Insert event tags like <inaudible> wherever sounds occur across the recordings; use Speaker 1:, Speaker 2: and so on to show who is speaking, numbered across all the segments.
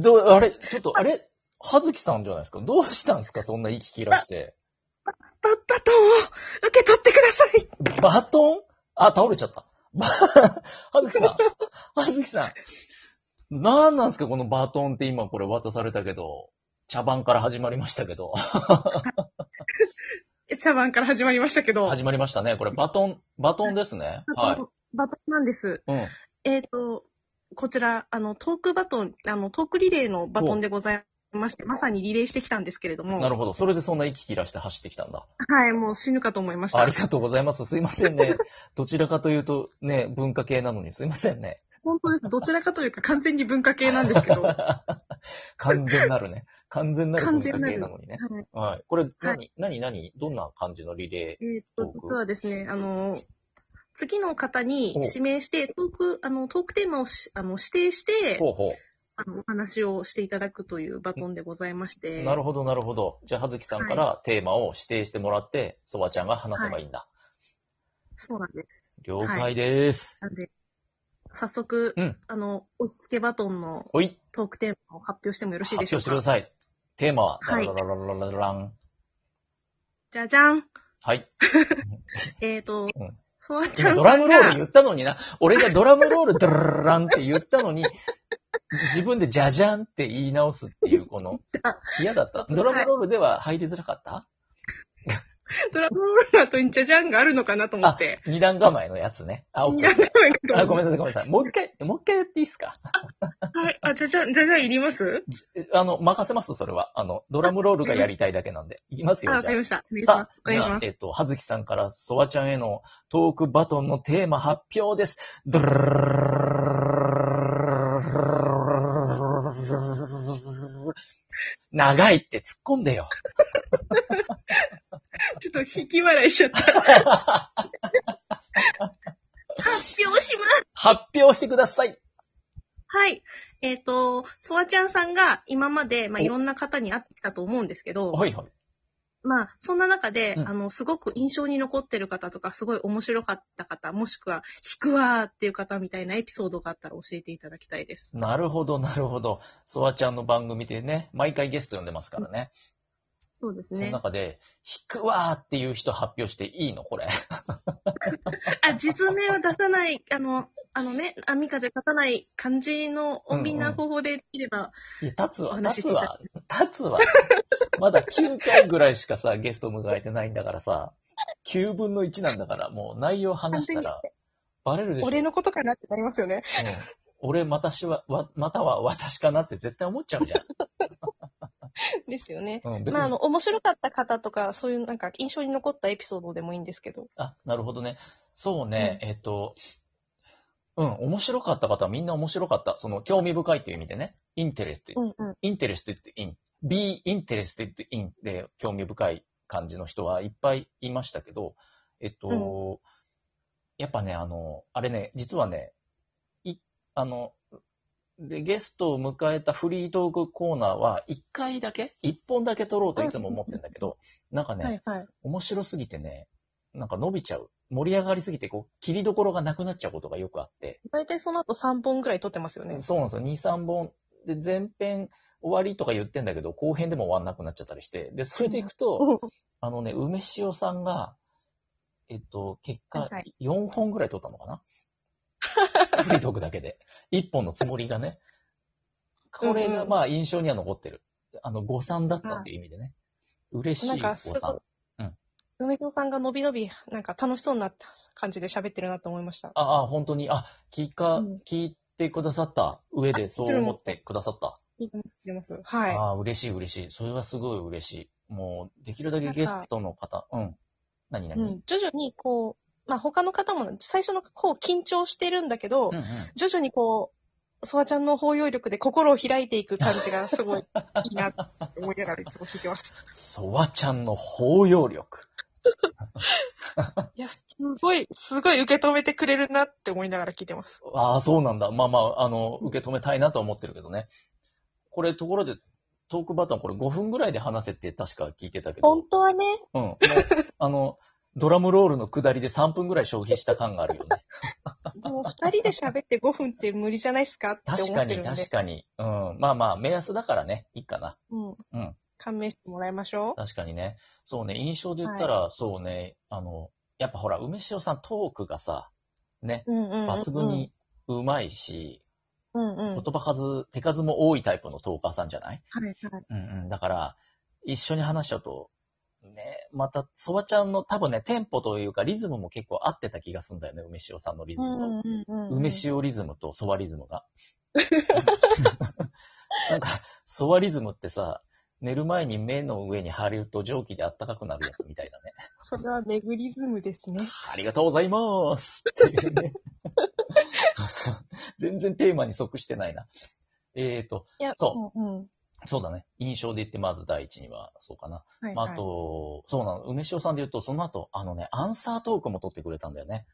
Speaker 1: どう、あれ、ちょっと、あれ、はずきさんじゃないですか。どうしたんですかそんな息切らして。
Speaker 2: バ、バトンを受け取ってください。
Speaker 1: バトンあ、倒れちゃった。 <laughs> ばはずきさん。はずきさん。なんなんですかこのバトンって今これ渡されたけど。茶番から始まりましたけど。
Speaker 2: え茶番から始まりましたけど、
Speaker 1: 始まりましたね。これバトン、バトンですね。はい。
Speaker 2: バトンなんです。
Speaker 1: うん。
Speaker 2: えっ、と、こちら、あの、トークバトン、あの、トークリレーのバトンでございまして、まさにリレーしてきたんですけれども、
Speaker 1: な
Speaker 2: は
Speaker 1: るほど。それでそんな息切らして走ってきたんだ。
Speaker 2: い、もう死ぬかと思いました。
Speaker 1: ありがとうございます。すいませんね。どちらかというとね、文化系なのにすいませんね。
Speaker 2: 本当です。どちらかというか完全に文化系なんですけど、は
Speaker 1: 完全なるね。完全なる
Speaker 2: 完
Speaker 1: 文化
Speaker 2: 全なる
Speaker 1: 系なのにね。
Speaker 2: い。
Speaker 1: はい。これ、
Speaker 2: は
Speaker 1: 何、何、何どんな感じのリレ
Speaker 2: えーっと、
Speaker 1: トーク
Speaker 2: 実はですね、あの、次の方に
Speaker 1: お
Speaker 2: 指名して、トーク、あの、トークテーマをしあの指定して
Speaker 1: ー、ほうほ
Speaker 2: あの、お話をしていただくというバトンでございまして。
Speaker 1: う。なるほど、なるほど。じゃあ、はずきさんからテーマを指定してもらって、そばちゃんが話せばいいんだ。
Speaker 2: そうなんです。
Speaker 1: 了解です。
Speaker 2: なんで、早速、
Speaker 1: うん
Speaker 2: あの、押し付けバトンの
Speaker 1: ほい。
Speaker 2: トークテーマを発表してもよろし
Speaker 1: 発
Speaker 2: いでしょ
Speaker 1: 表
Speaker 2: う
Speaker 1: してくだ
Speaker 2: か。
Speaker 1: さい。テーマは、
Speaker 2: はい
Speaker 1: ラララララララン。
Speaker 2: じゃじゃん。
Speaker 1: はい。
Speaker 2: えっ、ー、と
Speaker 1: うん、
Speaker 2: ソワちゃ
Speaker 1: 今
Speaker 2: ん
Speaker 1: ド
Speaker 2: さ
Speaker 1: ラム
Speaker 2: ん
Speaker 1: ロール
Speaker 2: が、
Speaker 1: 言ったのにな。俺がドラムロール、ドララランって言ったのに、自分でジャジャンって言い直すっていう、この
Speaker 2: た、
Speaker 1: 嫌だった。ドラムロールでは入りづらかった
Speaker 2: ドラムロールの後にじゃじゃんがあるのかなと思
Speaker 1: あ
Speaker 2: って。、
Speaker 1: 二段構えのやつね。あ、オ
Speaker 2: い
Speaker 1: ッケー
Speaker 2: や
Speaker 1: オッケー。あ、ごめん
Speaker 2: ん
Speaker 1: なさい、ごめんなさい。もう一回、もう一回やっていいですか
Speaker 2: はい。あ、じゃじゃん、じゃじゃんいります
Speaker 1: えあの、任せます、それは。あの、ドラムロールがやりたいだけなんで。いきます
Speaker 2: あ、
Speaker 1: よ、
Speaker 2: わ
Speaker 1: じ
Speaker 2: か
Speaker 1: ゃ
Speaker 2: りました。お願い
Speaker 1: あ。
Speaker 2: しま
Speaker 1: さ
Speaker 2: す。お
Speaker 1: あ、
Speaker 2: 願
Speaker 1: じ
Speaker 2: いし
Speaker 1: ゃあ
Speaker 2: ま、す。
Speaker 1: えっと、はずきさんから、そわちゃんへのトークバトンのテーマ発表です。ドルルルルルルルルルルルルルル長いって突っ込んでよ。
Speaker 2: ちょっと引き笑いしちゃ
Speaker 1: <laughs>
Speaker 2: った。発表します。
Speaker 1: 発表してください。
Speaker 2: はい。えっ、と、ソワちゃんさんが今まで、まあ、
Speaker 1: お
Speaker 2: いろんな方に会ってきたと思うんですけど、
Speaker 1: はいはい。
Speaker 2: まあ、そんな中で、
Speaker 1: うん
Speaker 2: あの、すごく印象に残ってる方とか、すごい面白かった方、もしくは、弾くわーっていう方みたいなエピソードがあったら教えていただきたいです。
Speaker 1: なるほど、なるほど。そわちゃんの番組でね、毎回ゲスト呼んでますからね。
Speaker 2: そうです
Speaker 1: その
Speaker 2: ね。
Speaker 1: 中で、弾くわーっていう人発表していいのこれ。
Speaker 2: あ、実名は出さない、あの、あのね、網風立たない感じの
Speaker 1: うんう
Speaker 2: 穏
Speaker 1: ん
Speaker 2: 便な方法でできれば、
Speaker 1: いや、立つ
Speaker 2: お
Speaker 1: わ、
Speaker 2: 話ししてい
Speaker 1: 立つ
Speaker 2: た
Speaker 1: わ、立つわ。
Speaker 2: <laughs>
Speaker 1: まだ9回ぐらいしかさ、ゲスト迎えてないんだからさ、9分の1なんだから、もう内容話したら、バレるでしょ。
Speaker 2: のことかなってなりますよね。 <laughs>
Speaker 1: うん俺、またしは、わ、または私かなって絶対思っちゃうじゃ
Speaker 2: ですよね。
Speaker 1: ん。うん、
Speaker 2: <laughs>
Speaker 1: 別に。
Speaker 2: まあ、あ
Speaker 1: あ
Speaker 2: の、面白かった方とか、そういうなんか印象に残ったエピソードでもいいんですけど。
Speaker 1: なるほどね。そうね、えっと、うん、面白かった方はみんな面白かった。その、興味深いっていう意味でね、インテレスティ
Speaker 2: うんうん。
Speaker 1: interested in, be interested in で興味深い感じの人はいっぱいいましたけど、えっと、やっぱね、あの、あれね、実はね、い、あの、で、ゲストを迎えたフリートークコーナーは、一回だけ、一本だけ撮ろうといつも思ってんだけど、なんかね、
Speaker 2: はいはい。
Speaker 1: 面白すぎてね、なんか伸びちゃう。盛り上がりすぎて、こう、切りどころがなくなっちゃうことがよくあって、
Speaker 2: 大体その後3本ぐらい撮ってますよね。
Speaker 1: そうなんですよ。2、3本。で、前編終わりとか言ってんだけど、後編でも終わんなくなっちゃったりして。で、それでいくと、あのね、梅塩さんが、えっと、結
Speaker 2: は
Speaker 1: 果
Speaker 2: いはい、
Speaker 1: 4本ぐらい撮ったの
Speaker 2: <laughs>
Speaker 1: かなフリートークだけで。1本のつもりがね。これ
Speaker 2: うん
Speaker 1: が
Speaker 2: うん
Speaker 1: まあ印象には残ってる。あの、誤算だったっていう意味でね。嬉し
Speaker 2: ないん
Speaker 1: 誤
Speaker 2: かすごい
Speaker 1: 算。
Speaker 2: 梅野さんがのびのび、なんか楽しそうになった感じで喋ってるなと思いました。
Speaker 1: ああ、本当に、あ、聞か、
Speaker 2: うん
Speaker 1: 聞いてくださった上でそう思ってくださった。
Speaker 2: いいと思います。はい。
Speaker 1: ああ、嬉しい嬉しい。それはすごい嬉しい。もう、できるだけゲストの方、うん。何
Speaker 2: う
Speaker 1: 何、
Speaker 2: ん。徐々にこう、まあ他の方も最初の方緊張してるんだけど、
Speaker 1: うんうん
Speaker 2: 徐々にこう、ソワちゃんの包容力で心を開いていく感じがすごいいいなって思いながらいつも聞いて
Speaker 1: <laughs>
Speaker 2: ます。
Speaker 1: ソワちゃんの包容力。
Speaker 2: いや、すごい、すごい受け止めてくれるなって思いながら聞いてます。
Speaker 1: ああ、そうなんだ。まあまあ、あの、受け止めたいなとは思ってるけどね。これ、ところで、トークバトン、これ5分ぐらいで話せって確か聞いてたけど
Speaker 2: 本。当はね、
Speaker 1: うん。もうあの、ドラムロールの下りで3分ぐらい消費した感があるよね。
Speaker 2: もう二人で喋って5分って無理じゃないですか <laughs> って
Speaker 1: 確
Speaker 2: 思
Speaker 1: か
Speaker 2: ってる
Speaker 1: に、
Speaker 2: んで。
Speaker 1: 確かに。うん。まあまあ、目安だからね、いいかな。
Speaker 2: うん。
Speaker 1: うん
Speaker 2: 勘弁してもらいましょう。
Speaker 1: 確かにね。そうね、印象で言ったら、そうね、あの、やっぱほら、梅塩さんトークがさ、ね、
Speaker 2: うんうんうんうん。
Speaker 1: 抜群。にうまいし、
Speaker 2: うんうん。はい
Speaker 1: 言葉数、手数も多いタイプのトーカーさんじゃない
Speaker 2: はい。
Speaker 1: うんうん。だから、一緒に話しちゃうと、ね、また、そばちゃんの多分ね、テンポというかリズムも結構合ってた気がするんだよね、梅塩さんのリズ
Speaker 2: う
Speaker 1: ムと。
Speaker 2: んうんうんうん。
Speaker 1: 梅塩リズムとソワリズム <laughs> が。なんか、ソワリズムってさ、寝る前に目の上に貼ると蒸気で暖かくなるやつみたいだね。
Speaker 2: それはメグリズムですね。
Speaker 1: ありがとうございますっていうね。 <laughs> そうそう。全然テーマに即してないな。えーと、
Speaker 2: いや、
Speaker 1: そ
Speaker 2: うん。うん。
Speaker 1: そうだね。印象で言ってまず第一には、そうかな。
Speaker 2: はい、
Speaker 1: ま
Speaker 2: は
Speaker 1: あ
Speaker 2: い。
Speaker 1: あと、そうなの。梅塩さんで言うと、その後、あのね、アンサートークも撮ってくれたんだよね。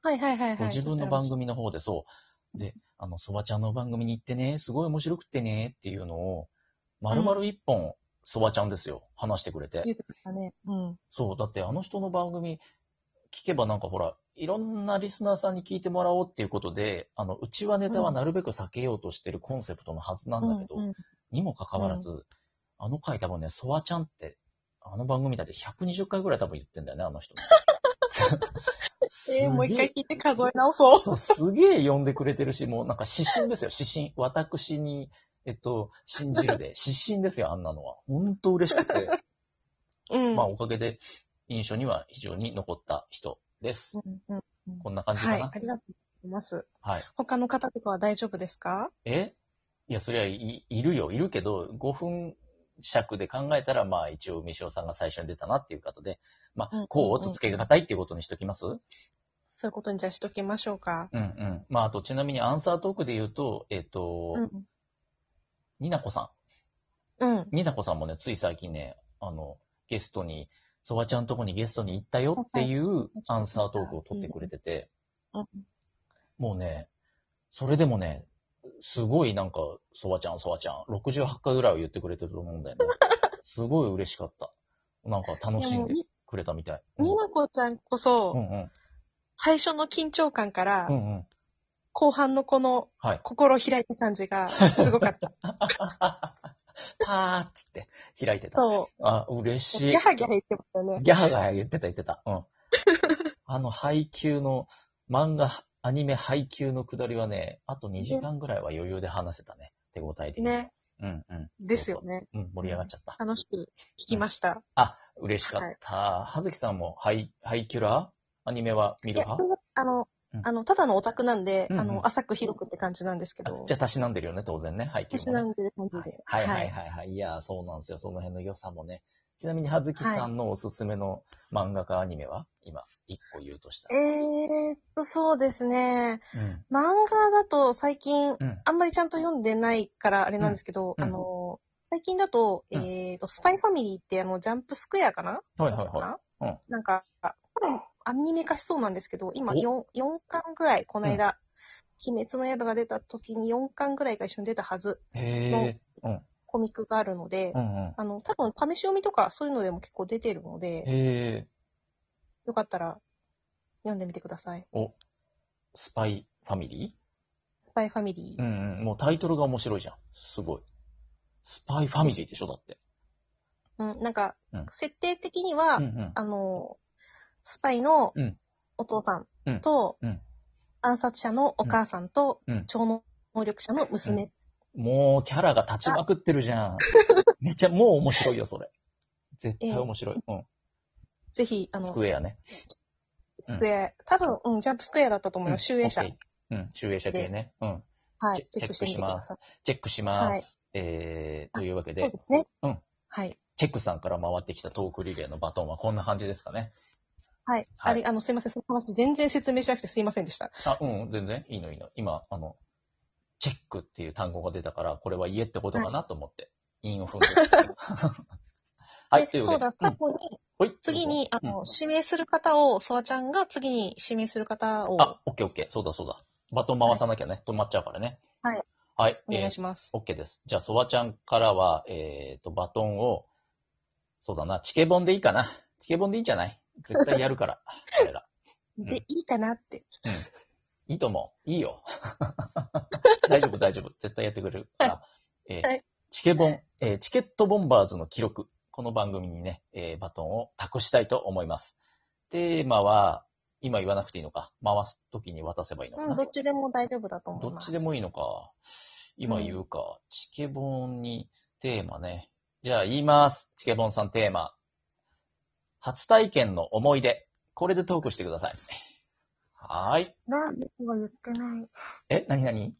Speaker 2: はいはいはいはい。
Speaker 1: ご自分の番組の方でそう。で、あの、そばちゃんの番組に行ってね、すごい面白くってね、っていうのを、丸々一本、そばちゃんですよ。話してくれ
Speaker 2: 言
Speaker 1: て。
Speaker 2: ってましたね。うん。
Speaker 1: そう。だってあの人の番組、聞けばなんかほら、いろんなリスナーさんに聞いてもらおうっていうことで、あの、うちはネタはなるべく避けようとしてるコンセプトのはずなんだけど、
Speaker 2: うんうん
Speaker 1: にもかかわらず、あの回多分ね、ソワちゃんって、あの番組だって120回ぐらい多分言ってんだよね、あの人
Speaker 2: <laughs>
Speaker 1: ね。
Speaker 2: えー、もう
Speaker 1: す
Speaker 2: 一
Speaker 1: げえ
Speaker 2: 回聞いて数え直そう。
Speaker 1: そう、すげえ呼んでくれてるし、もうなんか指針ですよ、指針。私に、えっと、信
Speaker 2: <laughs>
Speaker 1: じるで、指針ですよ、あんなのは。ほんと嬉しくて。
Speaker 2: うん。
Speaker 1: まあ、おかげで、印象には非常に残った人です
Speaker 2: う。んうんうん
Speaker 1: こんな感じか
Speaker 2: は
Speaker 1: な。
Speaker 2: い。
Speaker 1: は
Speaker 2: ありがとうございます。
Speaker 1: い。
Speaker 2: 他の方とかは大丈夫ですか
Speaker 1: えいや、そりゃい、いるよ、いるけど、5分尺で考えたら、まあ、一応、三塩さんが最初に出たなっていう方で、ま
Speaker 2: うんうんう
Speaker 1: あ
Speaker 2: ん、
Speaker 1: こうをつつけがたいっていうことにしときます、
Speaker 2: そういうことにじゃあしときましょうか。
Speaker 1: うんうん。まあ、あと、ちなみにアンサートークで言うと、えっと、
Speaker 2: うん。
Speaker 1: になこさん。
Speaker 2: うん。
Speaker 1: になこさんもね、つい最近ね、あの、ゲストに、そばちゃんとこにゲストに行ったよっていうアンサートークを取ってくれてて、
Speaker 2: うん
Speaker 1: もうね、それでもね、すごいなんか、そばちゃん、そばちゃん、68回ぐらいは言ってくれてると思うんだよね。すごい嬉しかった。なんか楽しんでくれたみたい。うん
Speaker 2: みなこちゃんこ
Speaker 1: う
Speaker 2: そ、
Speaker 1: んうん。
Speaker 2: 最初の緊張感から
Speaker 1: う、んうん。
Speaker 2: 後半のこの
Speaker 1: はい。
Speaker 2: 心を開いた感じ
Speaker 1: <laughs>
Speaker 2: がすごかった。
Speaker 1: パーって言って開いてた。
Speaker 2: そ
Speaker 1: あ、嬉
Speaker 2: う。
Speaker 1: しい
Speaker 2: ギャ。ハギャハ言ってましたよね。
Speaker 1: ギャーガー言ってた言ってた。 <laughs> うん。あの配給の、漫画、アニメ配給のくだりはね、あと2時間ぐらいは余裕で話せたね。手応え的に。
Speaker 2: ね。
Speaker 1: うんうん。
Speaker 2: ですよね。
Speaker 1: そうそう。うん、盛り上がっちゃった。
Speaker 2: 楽しく聞きました。
Speaker 1: あ、嬉しかった。葉月さんも、はい、ハイキュラーアニメは見
Speaker 2: い
Speaker 1: る
Speaker 2: や、
Speaker 1: 派
Speaker 2: あの
Speaker 1: う、ん
Speaker 2: あの、ただのオタクなんで、
Speaker 1: うんうん
Speaker 2: あの、浅く広くって感じなんですけ
Speaker 1: あ
Speaker 2: ど。
Speaker 1: じゃあ、たしなんでるよね、当然ね。配給
Speaker 2: 手
Speaker 1: も、
Speaker 2: 品
Speaker 1: ね。
Speaker 2: でる感じで。
Speaker 1: はいはいはいはい。いやー、そうなんですよ。その辺の良さもね。ちなみに、葉月さんのおすすめの漫画かアニメは、今、一個言うとしたら。
Speaker 2: えーっと、そうですね。
Speaker 1: うん。
Speaker 2: 漫画だと最近、
Speaker 1: うん。
Speaker 2: あんまりちゃんと読んでないからあれなんですけど、
Speaker 1: うん
Speaker 2: あの、最近だと、
Speaker 1: うん
Speaker 2: えーっと、スパイファミリーってあの、ジャンプスクエアかな
Speaker 1: はいはいはい。
Speaker 2: い
Speaker 1: うん
Speaker 2: なんか、多分アニメ化しそうなんですけど、今
Speaker 1: お
Speaker 2: 4, 4巻ぐらい、この間、鬼滅の刃が出た時に4巻ぐらいが一緒に出たはず、
Speaker 1: へえ。うん。
Speaker 2: コミックがあるので、
Speaker 1: うんうん。
Speaker 2: あの、多分試し読みとかそういうのでも結構出てるので、
Speaker 1: へえ。
Speaker 2: よかったら読んでみてください。
Speaker 1: お、スパイファミリ
Speaker 2: スパイファミリー。
Speaker 1: ーうんうん。もうタイトルが面白いじゃん。すごい。スパイファミリーでしょだって。
Speaker 2: うん、なんか
Speaker 1: うん、
Speaker 2: 設定的には、
Speaker 1: うんうん。
Speaker 2: あの、スパイの
Speaker 1: うん
Speaker 2: お父さんと、
Speaker 1: うんうん
Speaker 2: 暗殺者のお母さんと、
Speaker 1: うんうん
Speaker 2: 超能力者の娘。
Speaker 1: もうキャラが立ちまくってるじ <laughs> ゃん。めっちゃ、もう面白いよ、それ。絶対面白い。うん。
Speaker 2: ぜひ、あ
Speaker 1: ス
Speaker 2: の、
Speaker 1: クエアね。
Speaker 2: スクエア、多分、うん、ジャンプスクエアだったと思います。集英社。
Speaker 1: うんオッケーうん、集英社系ね。うん。
Speaker 2: はい、チ
Speaker 1: チェ
Speaker 2: ェ
Speaker 1: ッ
Speaker 2: ッ
Speaker 1: ク
Speaker 2: ク
Speaker 1: し
Speaker 2: してて
Speaker 1: み
Speaker 2: みてく
Speaker 1: てくだ
Speaker 2: だ
Speaker 1: さ
Speaker 2: さい。
Speaker 1: チェックします。えー、というわけ
Speaker 2: そう
Speaker 1: で
Speaker 2: で、すね。
Speaker 1: うん
Speaker 2: はい。
Speaker 1: チェックさんから回ってきたトークリレーのバトンはこんな感じですかね。
Speaker 2: はい。
Speaker 1: はい
Speaker 2: あれ、あの、すいません。その話全然説明しなくてすいませんでした。
Speaker 1: あ、うん、全然いいのいいの。今、あの、チェックっていう単語が出たから、これは家ってことかなと思って、韻を踏んで。
Speaker 2: <laughs>
Speaker 1: はい、と
Speaker 2: で
Speaker 1: いう
Speaker 2: そ
Speaker 1: わ
Speaker 2: う
Speaker 1: けで
Speaker 2: だ、最後に、
Speaker 1: うんはい
Speaker 2: 次に、あ
Speaker 1: どうぞ
Speaker 2: の、指名する方を、ソワちゃんが次に指名する方
Speaker 1: う
Speaker 2: を
Speaker 1: ん、あ、オッケーオッケー、そうだそうだ。バトン回さなきゃね、止まっちゃうからね。
Speaker 2: はい。
Speaker 1: はい、
Speaker 2: お願
Speaker 1: え
Speaker 2: いします。
Speaker 1: ー、オッケーです。じゃあ、ソワちゃんからは、えーと、バトンを、そうだな、チケボンでいいかな。
Speaker 2: <laughs>
Speaker 1: チケボンでいいんじゃない絶対やるから、彼ら。うん
Speaker 2: で、いいかなって。
Speaker 1: いいと思う。いいよ。 <laughs> 大丈夫、大丈夫。絶対やってくれる <laughs> から。えー
Speaker 2: はい
Speaker 1: チケボン、えーチケットボンバーズの記録。この番組にね、えーバトンを託したいと思います。テーマは、今言わなくていいのか。回すときに渡せばいいのか
Speaker 2: う
Speaker 1: な。
Speaker 2: ん、どっちでも大丈夫だと思
Speaker 1: ど
Speaker 2: い
Speaker 1: っ
Speaker 2: ます。
Speaker 1: ちでもいいのか。今言うか。チケボンにテーマね。じゃあ言います。チケボンさんテーマ。初体験の思い出。これでトークしてください。はーい。
Speaker 2: なんで、僕は言ってない。
Speaker 1: え、なになに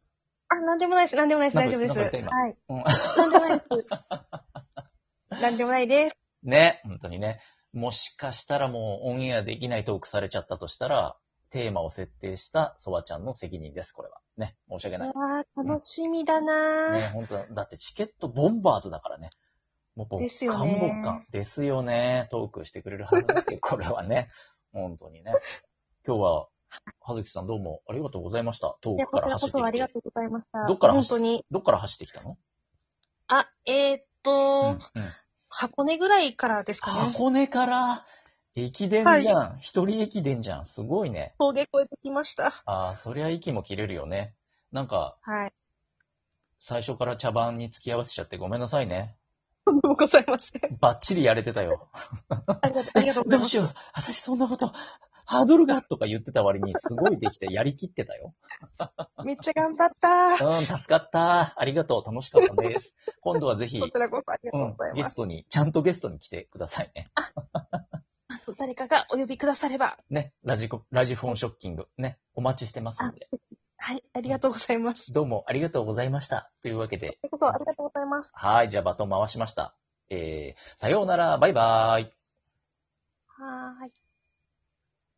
Speaker 2: あ、なんでもないです。なんでもないです。
Speaker 1: なん
Speaker 2: 大丈
Speaker 1: か
Speaker 2: 夫です。
Speaker 1: なんか言った今
Speaker 2: はい。
Speaker 1: うん
Speaker 2: なんでもないです。
Speaker 1: <laughs>
Speaker 2: なんでもないです。
Speaker 1: ね、本当にね。もしかしたらもうオンエアできないトークされちゃったとしたら、テーマを設定したソワちゃんの責任です、これは。ね、申し訳
Speaker 2: う
Speaker 1: ない。
Speaker 2: わー楽しみだなー、
Speaker 1: ね、本当だってチケットボンバーズだからね。もうボ
Speaker 2: で
Speaker 1: ッ
Speaker 2: す
Speaker 1: カ
Speaker 2: よ
Speaker 1: ン
Speaker 2: ね
Speaker 1: ボッカン。ですよね。トークしてくれるはずで
Speaker 2: <laughs>
Speaker 1: すよ、これはね。本当にね。今日は、はずきさんどうもありがとうございました。ト
Speaker 2: い
Speaker 1: ー
Speaker 2: や、
Speaker 1: ク
Speaker 2: こち
Speaker 1: から
Speaker 2: ら
Speaker 1: 走
Speaker 2: こ
Speaker 1: って
Speaker 2: そあ
Speaker 1: き
Speaker 2: りが
Speaker 1: て。
Speaker 2: とうございました。
Speaker 1: どっから
Speaker 2: 本
Speaker 1: 走
Speaker 2: 当に。
Speaker 1: どっから走ってきたの、
Speaker 2: あ、えー、っ
Speaker 1: う
Speaker 2: と、
Speaker 1: んうん、
Speaker 2: 箱根ぐらいからですかね。
Speaker 1: 箱根から、駅伝じゃん。一人駅伝じゃん。すごいね。
Speaker 2: 峠越えてきました。
Speaker 1: ああ、そりゃ息も切れるよね。なんか、
Speaker 2: はい。
Speaker 1: 最初から茶番に付き合わせちゃってごめんなさいね。
Speaker 2: とんでもございません。
Speaker 1: バッチリやれてたよ。
Speaker 2: ありがとう <laughs> ありがとうござい
Speaker 1: ど
Speaker 2: うます。
Speaker 1: しよう。私そんなこと、ハードルがとか言ってた割にすごいできてやりきってたよ。
Speaker 2: めっちゃ頑張った
Speaker 1: うん、助かった。ありがとう。楽しかったです。今度はぜひ、
Speaker 2: こちらこそありが
Speaker 1: う
Speaker 2: とうんござい、
Speaker 1: ゲ
Speaker 2: ま
Speaker 1: ス
Speaker 2: す。
Speaker 1: トに、ちゃんとゲストに来てくださいね。
Speaker 2: あと誰かがお呼びくだされば。
Speaker 1: ね、ラジコ、ラジフォンショッキング、ね、お待ちしてますんで。
Speaker 2: はい、ありがとうございます。
Speaker 1: どうもありがとうございました。というわけで、
Speaker 2: こちらこそありがとうございます。
Speaker 1: はい、じゃあバトン回しました。えー、さようなら、バイバーイ。
Speaker 2: はーい。